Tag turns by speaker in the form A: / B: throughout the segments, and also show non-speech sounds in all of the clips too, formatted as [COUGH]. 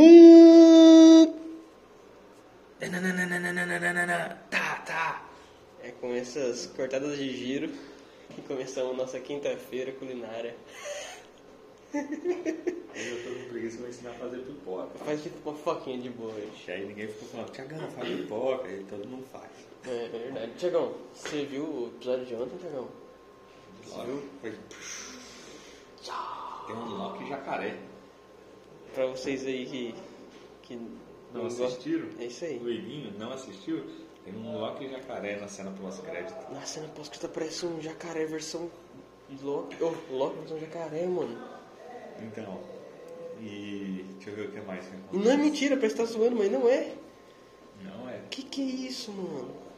A: Mu. Nananana, Tá, tá.
B: É com essas cortadas de giro que começamos nossa quinta-feira culinária.
C: Hoje eu tô com preguiça vou ensinar a fazer pipoca.
B: Faz tipo uma foquinha de boa hoje.
C: E aí ninguém ficou falando, Tiagão, faz pipoca, e todo mundo faz.
B: É verdade. Tiagão, você viu o episódio de ontem, Tiagão?
C: Logo, foi... Tem um Loki jacaré.
B: Pra vocês aí que, que
C: Não
B: gostam-
C: assistiram?
B: É isso
C: O
B: aí.
C: Iguinho não assistiu? Tem um Loki jacaré na cena pós-crédito.
B: Na cena pós-crita parece um jacaré versão Loki. Oh, Loki versão jacaré, mano.
C: Então, e deixa eu ver o que mais que
B: E Não é
C: aconteceu.
B: mentira, parece que tá zoando, mas não é.
C: Não é.
B: Que que é isso, mano?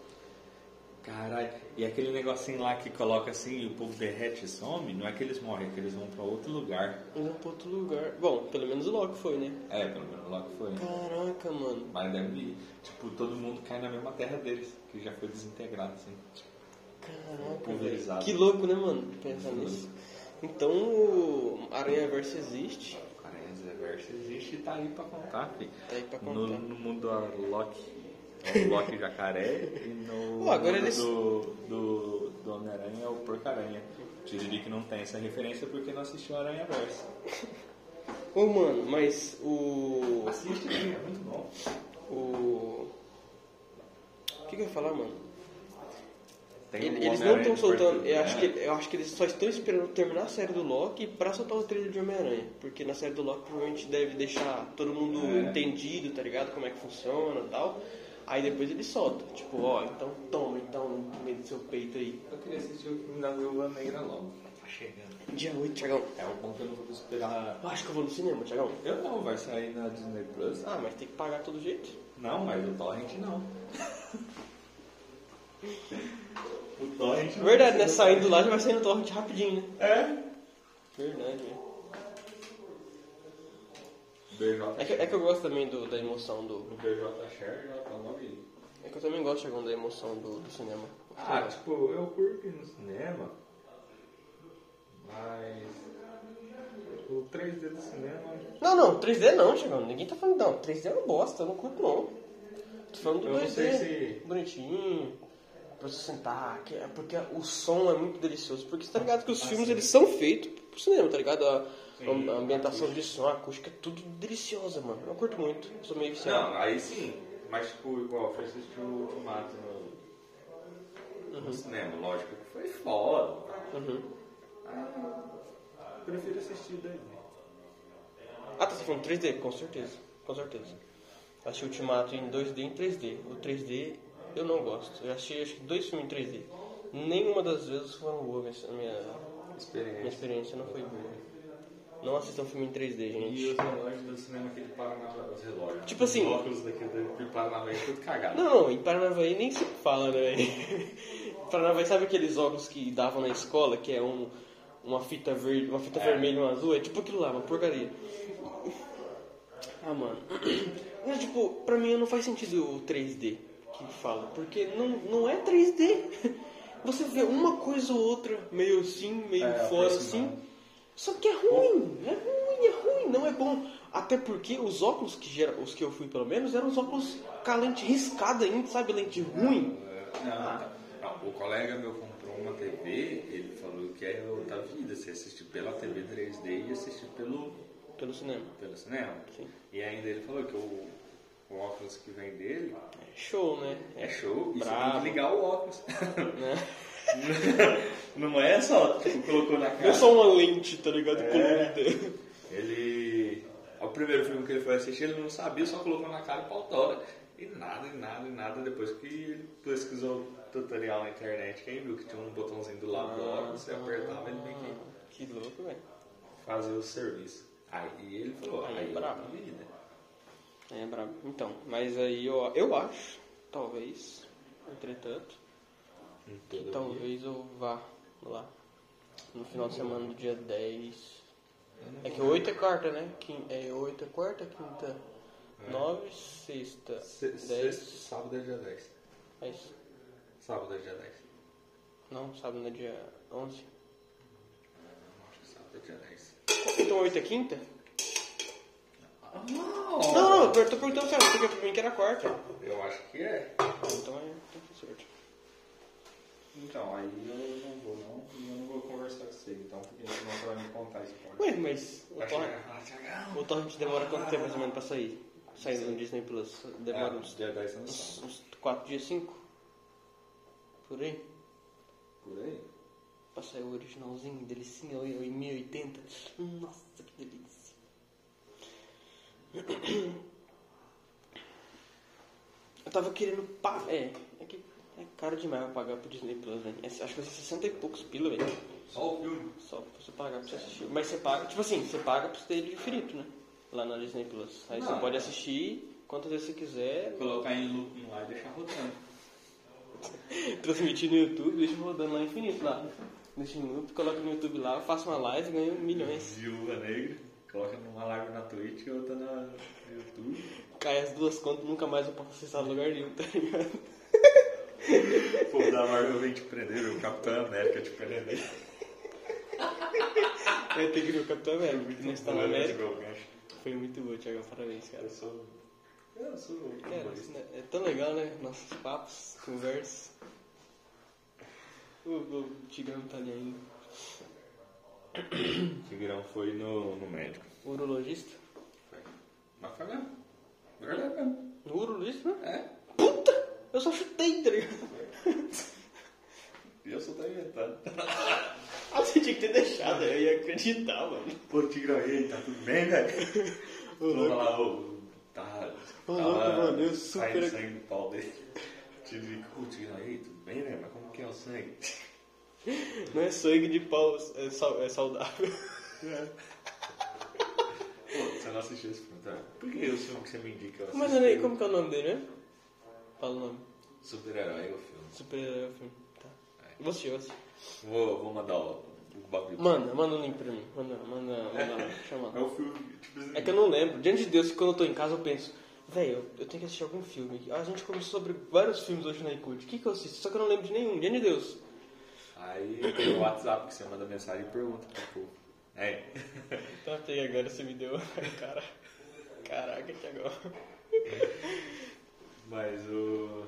C: Caralho, e aquele negocinho lá que coloca assim e o povo derrete e some, não é que eles morrem, é que eles vão pra outro lugar.
B: Eles vão pra um outro lugar. Bom, pelo menos o Loki foi, né?
C: É, pelo menos o Loki foi.
B: Caraca, mano.
C: Mas deve, tipo, todo mundo cai na mesma terra deles, que já foi desintegrado, assim.
B: Caraca, velho.
C: Pulverizado.
B: Que louco, né, mano? Pensar
C: Muito
B: nisso. Então, o Aranha Verso existe.
C: Aranhas Reverso existe e tá aí pra contar, filho.
B: Tá aí pra
C: No,
B: contar.
C: no mundo da Loki. É o Loki jacaré e no
B: [LAUGHS] Pô, agora
C: mundo
B: eles-
C: do, do, do Homem-Aranha é o Porco-Aranha. Tiririca não tem essa referência porque não assistiu Aranha Verso.
B: Ô, mano, mas o...
C: Assiste, filho, é muito bom.
B: O... O que que eu ia falar, mano?
C: Tem
B: Ele-
C: um
B: eles não
C: Homem-Aranha
B: estão
C: de
B: soltando...
C: Porto-
B: Eu acho,
C: é.
B: que, eu acho que eles só estão esperando terminar a série do Loki pra soltar o trailer de Homem-Aranha. Porque na série do Loki provavelmente deve deixar todo mundo
C: É.
B: entendido, tá ligado? Como é que funciona e tal. Aí depois eles soltam. Tipo, ó, então toma, então, no meio do seu peito aí.
C: Eu queria assistir o filme da Viúva Negra logo. Tá chegando.
B: Dia 8, Tiagão.
C: É o bom que eu não vou esperar.
B: Eu acho que eu vou no cinema, Tiagão.
C: Eu não, vai sair na Disney Plus.
B: Ah, mas tem que pagar todo jeito.
C: Não, mas o Torrent não. o Torrent não.
B: Verdade, né? Saindo lá já vai sair no torrent rapidinho, né?
C: É.
B: Verdade, né?
C: BJ.
B: É que, é que eu gosto também do, da emoção do.
C: O BJ Share já tá logo aí.
B: É que eu também gosto Tiagão, da emoção do, do cinema.
C: Ah, tipo, eu curto ir no cinema. Mas. O 3D do cinema.
B: Não, não, 3D não, Tiagão. Ninguém tá falando, não. 3D é uma bosta, eu não curto não. Tô falando do
C: Eu não
B: 2D.
C: sei se-
B: Bonitinho. Pra você sentar, que é- porque o som é muito delicioso. Porque você tá ligado que os filmes eles são feitos pro cinema, tá ligado? A,
C: Ah, Sim,
B: a ambientação de som, a acústica, é tudo deliciosa, mano. Eu curto muito, sou meio viciado.
C: Não, aí sim. Mas, tipo, igual, foi assistir o Ultimato no, no cinema. Lógico que foi foda.
B: Uhum.
C: Prefiro assistir o 2D.
B: Ah, tá, você falando 3D? Com certeza, com certeza. Achei o Ultimato em 2D e em 3D. O 3D eu não gosto. Eu achei acho que dois filmes em 3D. Nenhuma das vezes foram boas. A minha, minha
C: Experiência.
B: experiência não foi boa. Não assistam filme em 3D,
C: E
B: gente.
C: os relógios do cinema que ele para na Os relógios.
B: Tipo assim-
C: Os óculos daqui do que para na é tudo cagado.
B: Não, não, em Paranavaí nem se fala, né? velho? [LAUGHS] Paranavaí, sabe aqueles óculos que davam na escola, que é um, uma fita verde, uma fita vermelha e uma azul? É tipo aquilo lá, uma porcaria. Ah, mano. [CLEARS THROAT] Não, tipo, pra mim não faz sentido o 3D que fala, porque não, não é 3D. [LAUGHS] Você vê uma coisa ou outra, meio assim, meio
C: É,
B: fora
C: aproximado.
B: assim. Só que é ruim, é ruim, é ruim, não é bom. Até porque os óculos que gera, os que eu fui pelo menos eram os óculos com a lente riscada ainda, sabe? Lente ruim.
C: Não, não. O colega meu comprou uma TV, ele falou que é outra vida. Você assistir pela TV 3D e assistir pelo,
B: Pelo cinema.
C: pelo cinema.
B: Sim.
C: E ainda ele falou que o, o óculos que vem dele
B: É show, né?
C: é show e você tem
B: Bravo.
C: que ligar o óculos.
B: [LAUGHS] né?
C: [LAUGHS] não é só, tipo, colocou na
B: Não é
C: cara.
B: só uma lente, tá ligado?
C: É.
B: Colorida.
C: Ele. O primeiro filme que ele foi assistir, ele não sabia, só colocou na cara e pautora. E nada, e nada, e nada. Depois que ele pesquisou tutorial na internet, quem viu que tinha um botãozinho do lado do óculos,
B: Ah.
C: você apertava, ele meio que
B: Que louco, velho.
C: fazia o serviço. Aí ele falou,
B: Aí,
C: aí, aí
B: brabo.
C: vida.
B: É brabo. Então, mas aí eu, eu acho, talvez, entretanto, que talvez Então, eu vá lá no final de semana do dia 10. É que 8 é quarta, né? Quin- É 8 é quarta, quinta,
C: É.
B: 9, sexta,
C: Se-
B: 10.
C: sexto, sábado é dia 10.
B: É isso.
C: Sábado é dia 10.
B: Não, sábado é dia 11.
C: Acho que sábado é dia 10.
B: Então 8 é quinta?
C: Ah, não.
B: Não, não, eu tô perguntando sério, porque pra mim que era quarta.
C: Eu acho que é.
B: Então é então foi sorte.
D: Então, aí eu não vou, não. E eu não vou conversar com você, então, porque senão você vai me contar isso. pode.
B: Ué, mas o
C: Acho que
B: torrent,
C: é. Ah, Thiagão.
B: o torrent demora quanto tempo mais ou menos pra sair? Saindo no Disney Plus? Demora
C: É,
D: Ah,
B: uns,
D: dia 10 anos
B: uns,
D: são.
B: uns 4 dias, 5? Por aí?
D: Por aí?
B: Pra sair o originalzinho, delicinha, o- o em 1080. Nossa, que delícia. [CLEARS THROAT] Eu tava querendo pagar. É, é que é caro demais eu pagar pro Disney Plus, velho. É- Acho que vai ser 60 e poucos pila, velho.
C: Só o filme.
B: Só pra você pagar pra você assistir. Mas você paga, tipo assim, você paga pra você ter ele diferido, né? Lá na Disney Plus. Aí você
D: Não.
B: pode assistir quantas vezes você quiser,
D: Colocar em looping lá e deixar rodando.
B: transmitir no YouTube, deixa rodando lá infinito lá. Deixa em loop, coloca no YouTube lá, faço uma live e ganho milhões.
C: Viúva Negra. Coloca numa live na Twitch e outra na no YouTube.
B: Cai as duas contas, nunca mais eu posso acessar lugar nenhum, tá ligado? [LAUGHS]
C: O povo da Marvel vem te prender, o Capitão América te prender.
B: Vai ter que ver o Capitão América, porque não está na América.
C: Meu gancho.
B: Foi muito bom, Thiago, parabéns, cara.
C: Eu sou. Eu sou.
B: Cara,
C: humorista.
B: isso né, é tão legal, né? Nossos papos, conversas. O, o Tigrão tá ali ainda.
C: O Tigrão foi no, no médico.
B: Urologista?
C: Foi. Mas foi mesmo. Verdade é mesmo.
B: No urologista, né?
C: É.
B: Puta! Eu só chutei, tá ligado? [LAUGHS]
C: E eu só tô inventando.
B: Ah, você tinha que ter deixado, eu ia acreditar, mano.
C: Pô, Tigrão, e aí, tá tudo bem, velho?
B: Ô,
C: Vamos
B: louco.
C: lá, ô. Tá.
B: Ô,
C: tá
B: louco,
C: lá
B: mano, eu super-
C: Saindo sangue do pau dele. Tive. Ô, Tigrão, e aí, tudo bem, né? Mas como que é o sangue?
B: Não é sangue de pau, é, sau- é saudável.
C: Pô, você não assistiu esse filme, tá? Por que o filme que você me indica? eu
B: Mas
C: assisti?
B: olha aí, como que é o nome dele, né? Fala o nome.
C: Super-herói, é o filme.
B: Super filme. Tá. Eu Vou assistir, eu vou assistir.
C: Vou, vou mandar o, o bagulho.
B: Manda, manda um link pra mim. Manda, manda, manda, chama. [LAUGHS]
C: É o filme, tipo assim.
B: É que eu não lembro. Diante de Deus, que quando eu tô em casa eu penso, velho, eu- eu tenho que assistir algum filme. A gente conversou sobre vários filmes hoje na Icud. O que, que eu assisto? Só que eu não lembro de nenhum. Diante de Deus.
C: Aí tem o WhatsApp que você manda mensagem e pergunta pro povo. É.
B: Tá, até agora você me deu. [LAUGHS] Cara. Caraca, Thiago.
C: Mas o.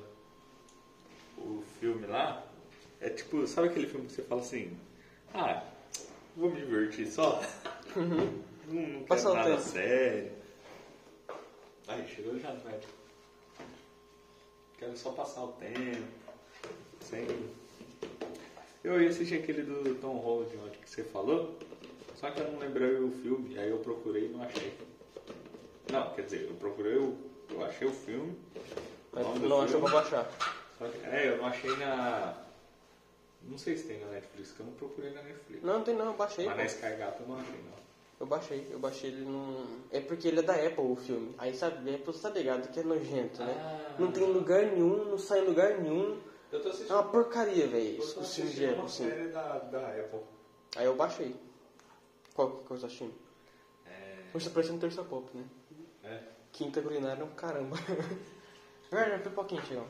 C: O filme lá. É tipo, sabe aquele filme que você fala assim? Ah, vou me divertir só. Não, não quero
B: Passar Uhum. o
C: nada
B: tempo.
C: sério. Aí chegou já, velho. Quero só passar o tempo. Sem. Eu ia assistir aquele do Tom Holland ontem que você falou. Só que eu não lembrei o filme, aí eu procurei e não achei. Não, quer dizer, eu procurei, o, eu achei o filme. o
B: Mas
C: nome
B: tu
C: do
B: não achou
C: filme.
B: pra baixar.
C: Só que- É, eu não achei na. Não sei se tem na Netflix, que eu não procurei na Netflix.
B: Não, não tem não, eu baixei.
C: Mas na
B: pô.
C: Sky Gato eu não achei, não.
B: Eu baixei, eu baixei ele num. É porque ele é da Apple o filme. Aí sabe, a Apple você tá ligado que é nojento, né?
C: Ah.
B: Não tem lugar nenhum, não sai em lugar nenhum.
D: Eu tô
B: É
D: assistindo.
B: uma porcaria, velho.
C: Eu tô
B: Os filmes de
C: assistindo
B: Apple,
C: uma
B: sim.
C: série da, da Apple.
B: assim. Aí eu baixei. Qual que eu tô assistindo?
C: É.
B: Hoje tá parecendo terça pop, né?
C: é.
B: Quinta culinária é um caramba. [LAUGHS] Verdade, pipoquinha, Tiagão.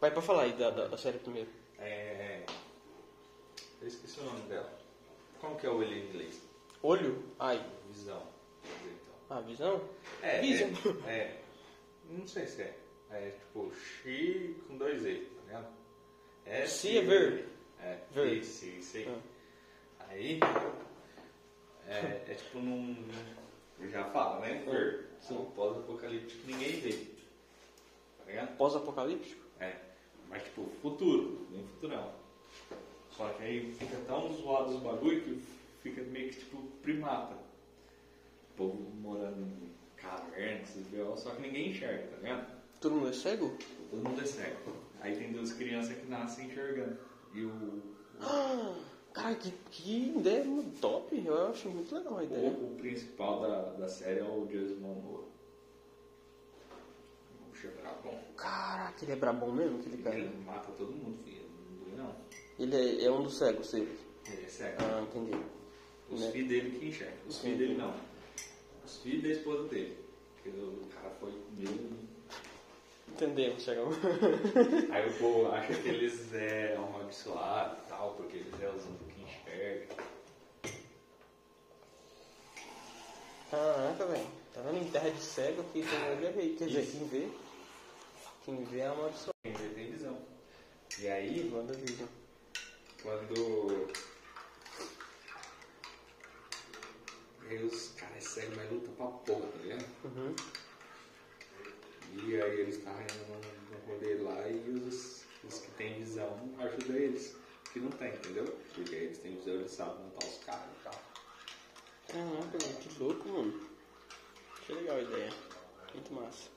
B: Vai pra falar aí da, da, da série primeiro.
C: É. Eu esqueci o nome dela. Como que é o olho em inglês?
B: Olho? Ai.
C: Visão. Quer dizer, então.
B: Ah, visão?
C: É,
B: Vision.
C: É, é. Não sei se é. É tipo X com dois E, tá ligado?
B: Se é verde.
C: É,
B: Verde.
C: Isso, isso aí.
B: Ah.
C: Aí. É, é tipo num. Já fala, né? Verde. São pós-apocalíptico, ninguém vê. Tá ligado?
B: Pós-apocalíptico?
C: É, mas tipo, futuro, nem futurão. Só que aí fica tão zoado os bagulho que fica meio que tipo primata. O povo morando em cavernas, esses B.O., só que ninguém enxerga, tá ligado?
B: Todo mundo é cego? [GASPS]
C: Todo mundo é cego. Aí tem duas crianças que nascem enxergando. E o,
B: Ah, cara, que, que ideia muito top. Eu acho muito legal a ideia.
C: o, o principal da, da série é o Jason Momoa. O Chebrabon.
B: Caraca, ele é brabão mesmo, aquele cara.
C: Ele mata todo mundo, filho. Não doeu não.
B: Ele é, é um dos cegos, cegos.
C: Ele é cego.
B: Ah, entendi.
C: Os
B: Né?
C: filhos dele que enxergam. Os filhos
B: Sim.
C: dele não. Os filhos da esposa dele. Porque o cara foi comigo.
B: Entendemos, Tiagão.
C: Aí o povo acha que eles é amaldiçoados e tal, porque eles é os únicos que enxergam.
B: Caraca, velho. Tá vendo? terra de cego que quem não vê é rei. Quer dizer, quem vê, quem vê é amaldiçoado.
D: Quem vê tem visão. E aí,
B: WandaVision.
D: quando.
C: E aí os caras cegos, mas lutam pra porra, tá ligado?
B: Uhum.
C: E aí eles carregam no, no rolê lá e os, os que têm visão ajudam eles. Que não tem, entendeu? Porque eles têm visão, eles sabem montar os caras e tal.
B: Caraca, mano, tá que louco, mano. Que legal a ideia. Muito massa.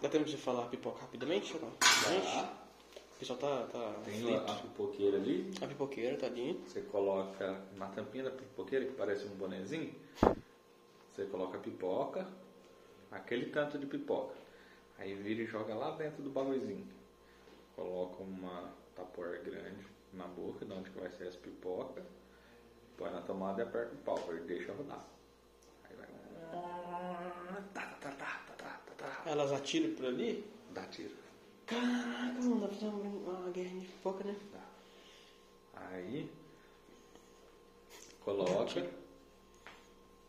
B: Dá tempo de falar pipoca rapidamente? ou não? Rapidamente?
C: Tá?
B: O pessoal tá, tá
C: Tem a, a
B: aflito.
C: pipoqueira ali.
B: A pipoqueira, tadinho.
C: Você coloca na tampinha da pipoqueira, que parece um bonezinho. Você coloca a pipoca, aquele tanto de pipoca. Aí vira e joga lá dentro do bagulhozinho. Coloca uma tapor grande na boca, de onde que vai sair as pipocas. Põe na tomada e aperta o power, deixa rodar. Aí vai. Tá, tá, tá, tá, tá, tá, tá.
B: Elas atiram por ali?
C: Dá tiro.
B: Caraca, mano, dá pra fazer uma, uma guerrinha de pipoca, né?
C: Tá. Aí coloca,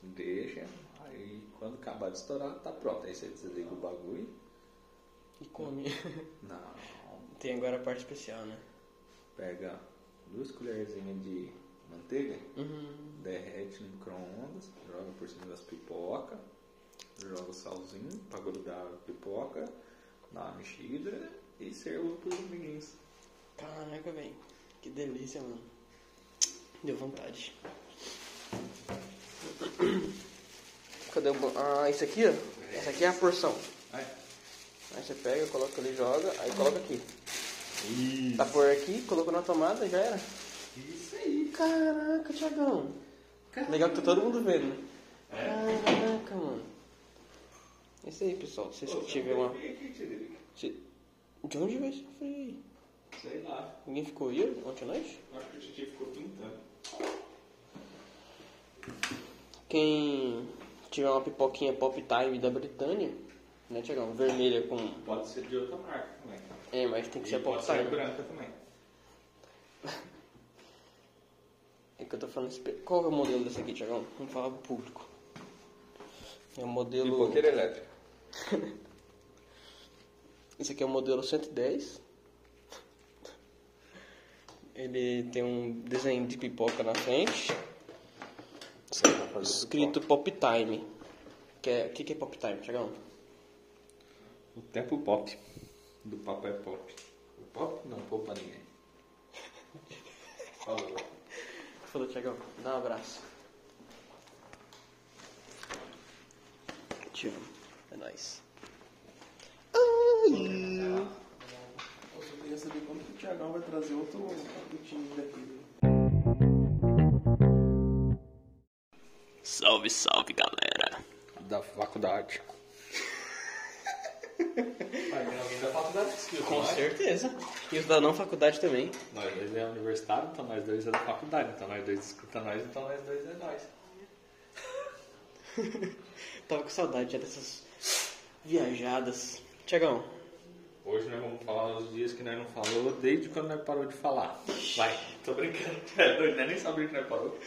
C: deixa, aí quando acabar de estourar, tá pronto. Aí você desliga o bagulho.
B: E come.
C: Não,
B: [LAUGHS] Tem agora a parte especial, né?
C: pega duas colherzinhas de manteiga,
B: Uhum.
C: derrete no micro-ondas, joga por cima das pipoca, joga o salzinho pra grudar a pipoca, dá uma mexida e serve pros amiguinhos.
B: Caraca, velho. Que delícia, mano. Deu vontade. Cadê o. bo- Ah, isso aqui, ó. Essa aqui é a porção.
C: Aí.
B: Aí você pega, coloca ali, joga, aí coloca aqui.
C: Isso.
B: Tá por aqui, colocou na tomada, já era.
C: Isso aí.
B: Caraca, Thiagão. Legal que tá todo mundo vendo, né? Caraca, mano. É isso aí, pessoal. Se você tiver uma. se- De onde vai esse frio aí?
D: Sei lá.
B: Ninguém ficou aí ontem à noite?
D: Eu acho que o Titi ficou pintando.
B: Quem tiver uma pipoquinha Pop Time da Britânia, né, Tiagão? Vermelha com.
D: Pode ser de outra marca também.
B: É, mas tem que ser
D: E
B: Pop
D: pode ser
B: Time.
D: branca também.
B: É que eu tô falando. espe- Qual que é o modelo dessa aqui, Tiagão? Vamos falar pro público. É o modelo.
C: Pipoqueira elétrica.
B: Esse aqui é o modelo 110. Ele tem um desenho de pipoca na frente. Escrito Pop Time. Que é- O que, que é Pop Time, Tiagão?
C: O tempo pop. Do papai pop. O pop não poupa ninguém. Falou.
B: Falou, Tiagão. Dá um abraço. Te amo. É nóis. Ai.
D: Eu só queria saber quando que o Thiagão vai trazer outro, outro time daqui.
B: Salve, salve, galera.
C: Da faculdade. alguém da faculdade que escreveu,
B: Com
C: não é?
B: certeza. E os da não faculdade também.
C: Nós dois é universitário, então nós dois é da faculdade. Então nós dois escuta nós, então nós dois é nós.
B: Tava com saudade já dessas viajadas. Tiagão,
C: Hoje nós vamos falar os dias que nós não falou desde quando nós parou de falar. Vai. Tô brincando. [LAUGHS] É doido, né? Nem sabia que nós parou.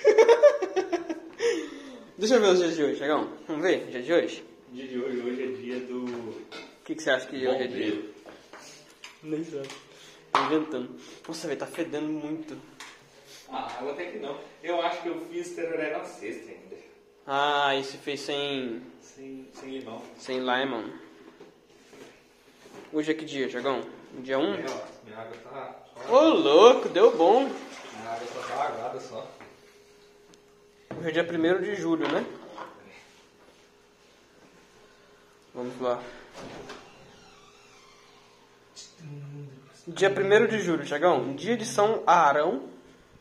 B: deixa eu ver os dias de hoje, Tiagão. Vamos ver o dia de hoje?
C: O dia de hoje, hoje é dia do...
B: O que, que você acha que hoje é dia? Nem sabe. Tô inventando. Nossa, velho, tá fedendo muito.
C: Ah, eu até que não. Eu acho que eu fiz tereré na sexta ainda.
B: Ah, isso fez sem.
C: Sem, sem limão.
B: sem Lyman. Hoje é que dia, Tiagão? Dia 1?
C: Minha, minha água tá.
B: Ô, louco, deu bom.
C: Minha água só tá aguada só.
B: Hoje é dia 1 de julho, né? Vamos lá. Dia 1 de julho, Tiagão. Dia de São Arão.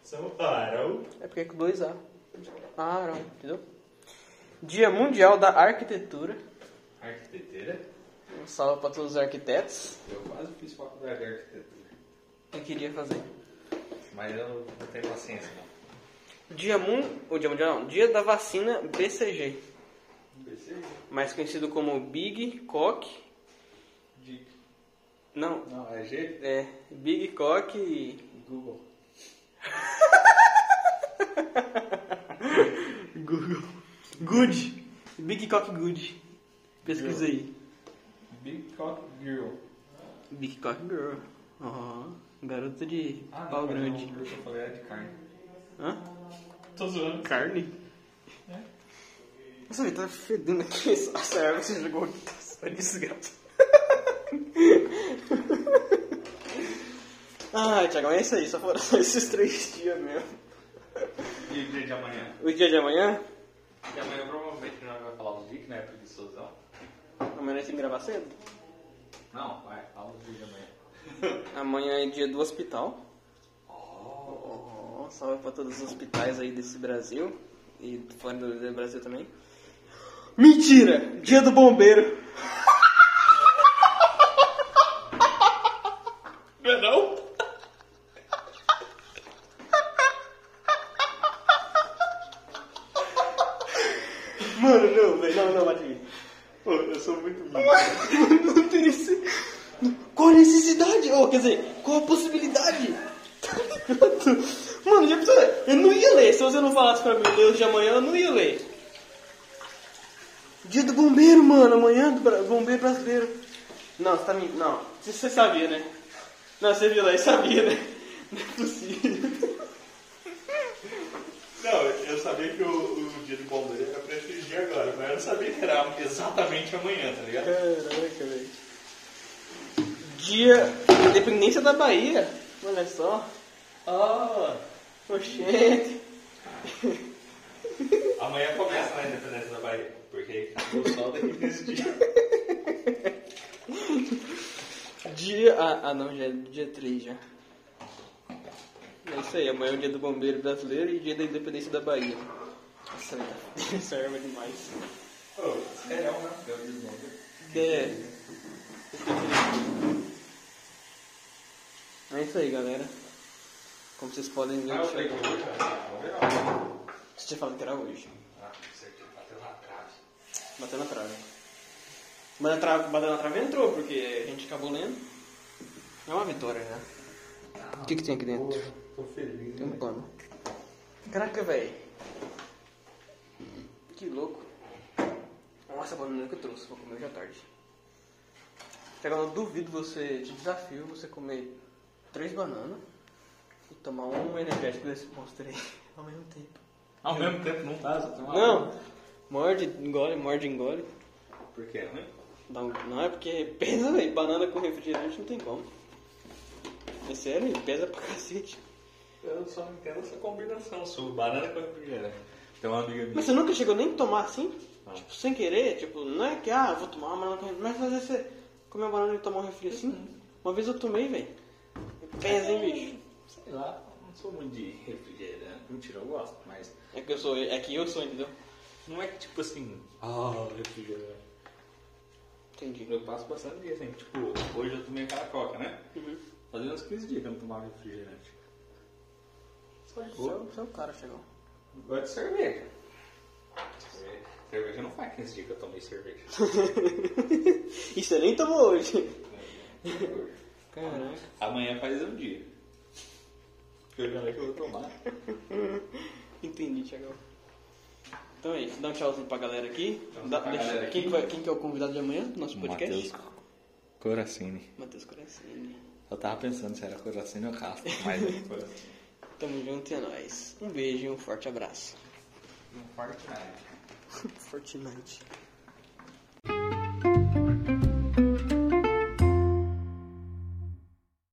D: São Parão.
B: É porque é com dois A. Arão, entendeu? Dia Mundial da Arquitetura.
C: Arquitetura?
B: Um salve pra todos os arquitetos.
C: Eu quase fiz faculdade de arquitetura.
B: Eu queria fazer.
C: Mas eu não tenho paciência, não.
B: Dia Mun... Ou dia Mundial não. Dia da vacina BCG. Mais conhecido como Big Cock.
C: Dica.
B: Não,
C: Não, é G?
B: é. Big Cock e.
C: Google.
B: Google. Good. Big Cock Good. Pesquisa aí.
D: Big Cock Girl.
B: Big Cock Girl. Aham. Garota de
D: Ah,
B: pau
C: é.
D: não, mas
B: grande.
D: o girl que eu falei era de carne.
B: Hã?
D: Tô zoando.
B: Carne? Nossa, ele tá fedendo aqui essa erva que você jogou aqui. Tá [LAUGHS] desgraça. Ai, Thiago, mas é isso aí. Só foram [LAUGHS] só esses três dias mesmo.
C: E o dia de amanhã?
B: O dia de amanhã?
C: De amanhã provavelmente não vai falar os dias, que não é preguiçosão.
B: Amanhã nós temos que gravar cedo.
C: Não, vai, fala os dias de amanhã.
B: Amanhã é dia do hospital.
C: Oh,
B: Oh, salve pra todos os hospitais aí desse Brasil. E fora do do Brasil também. Mentira! Dia do bombeiro!
C: não é não?
B: Mano, não, velho. Não, não, bate em mim.
C: Pô, eu sou muito burro.
B: Mano, não tem esse... Qual a necessidade? Ou, quer dizer, qual a possibilidade? Tá ligado? Mano, já pensou? Eu não ia ler. Se você não falasse pra mim Deus de amanhã, eu não ia ler. Dia do bombeiro, mano. Amanhã do bra- bombeiro brasileiro. Não, você tá me... Não. Você, você sabia, né? Não, você viu lá e sabia, né? Não é possível.
C: Não, eu sabia que o, o dia do bombeiro era pra esse dia agora, mas eu não sabia que era exatamente amanhã, tá ligado?
B: Caraca, velho. Dia Independência da Bahia. Olha só.
C: Ah!
B: Oxente.
C: Amanhã começa né, a independência da Bahia, porque o sol daqui nesse dia.
B: Dia. Ah, ah, não, já é dia 3 já. É isso aí, amanhã é o dia do bombeiro brasileiro e dia da independência da Bahia. Nossa, velho, [LAUGHS] isso erva é demais.
C: Oh,
D: É, é um rapel de bomba.
B: É. É isso aí, galera. Como vocês podem ver,
C: ah,
B: o
C: eu falei
B: Thiago-
C: que eu vou jogar.
B: você tinha falado que era hoje.
C: Ah, acertei, bateu na trave.
B: Bateu na trave. Mas a trave, bateu na trave entrou, porque a gente acabou lendo. É uma vitória, né? O que, que tem aqui dentro?
D: Tô feliz. né?
B: Tem um pano. Caraca, velho. Que louco. Nossa, a banana que eu trouxe, vou comer hoje à tarde. Pega, eu duvido você, te desafio você comer três bananas e tomar um energético desse monstro aí [LAUGHS] ao mesmo tempo.
C: Ao mesmo tempo não faz, eu tenho
B: Não! Morde, engole, morde, engole.
C: Por quê, né?
B: Dá um- Não é porque pesa, velho. Banana com refrigerante não tem como. É sério, pesa pra cacete.
C: Eu só não entendo essa combinação sua, banana com refrigerante. Tem uma amiga minha.
B: Mas você nunca chegou nem a tomar assim?
C: Não.
B: Tipo, sem querer? Tipo, não é que, ah, vou tomar uma banana com refrigerante. Mas às vezes você comer uma banana e tomar um refri assim. Uma vez eu tomei, velho. Pesa, hein, um bicho?
C: Sei lá, não sou muito de refrigerante. Mentira, eu gosto, mas.
B: É que eu sou, é que eu sou, entendeu?
C: Não é que tipo assim. Ah, refrigerante.
B: Entendi.
C: Eu passo bastante dia assim. Tipo, hoje eu tomei aquela coca, né?
B: Uhum.
C: Fazia uns 15 dias que eu não tomava refrigerante.
B: Você é o- você é o cara, chegou.
C: Eu Gosto de cerveja. Cerveja- Cerveja não faz 15 dias que eu tomei
B: [LAUGHS]
C: cerveja.
B: E você nem tomou hoje.
C: Caraca. Amanhã faz um dia. Eu já é que eu vou tomar.
B: Entendi, Thiagão. Então é isso, dá um tchauzinho pra galera aqui.
C: Tchauzinho
B: Dá-
C: pra
B: deixa-
C: galera
B: quem,
C: aqui.
B: vai- quem que é o convidado de amanhã do nosso podcast?
E: Coracine.
B: Matheus Coracini.
E: Eu tava pensando se era Coracine ou Castro, mas é Coracine.
B: Tamo junto e é nóis. Um beijo e um forte abraço.
D: Não parte nada.
B: Fortinante.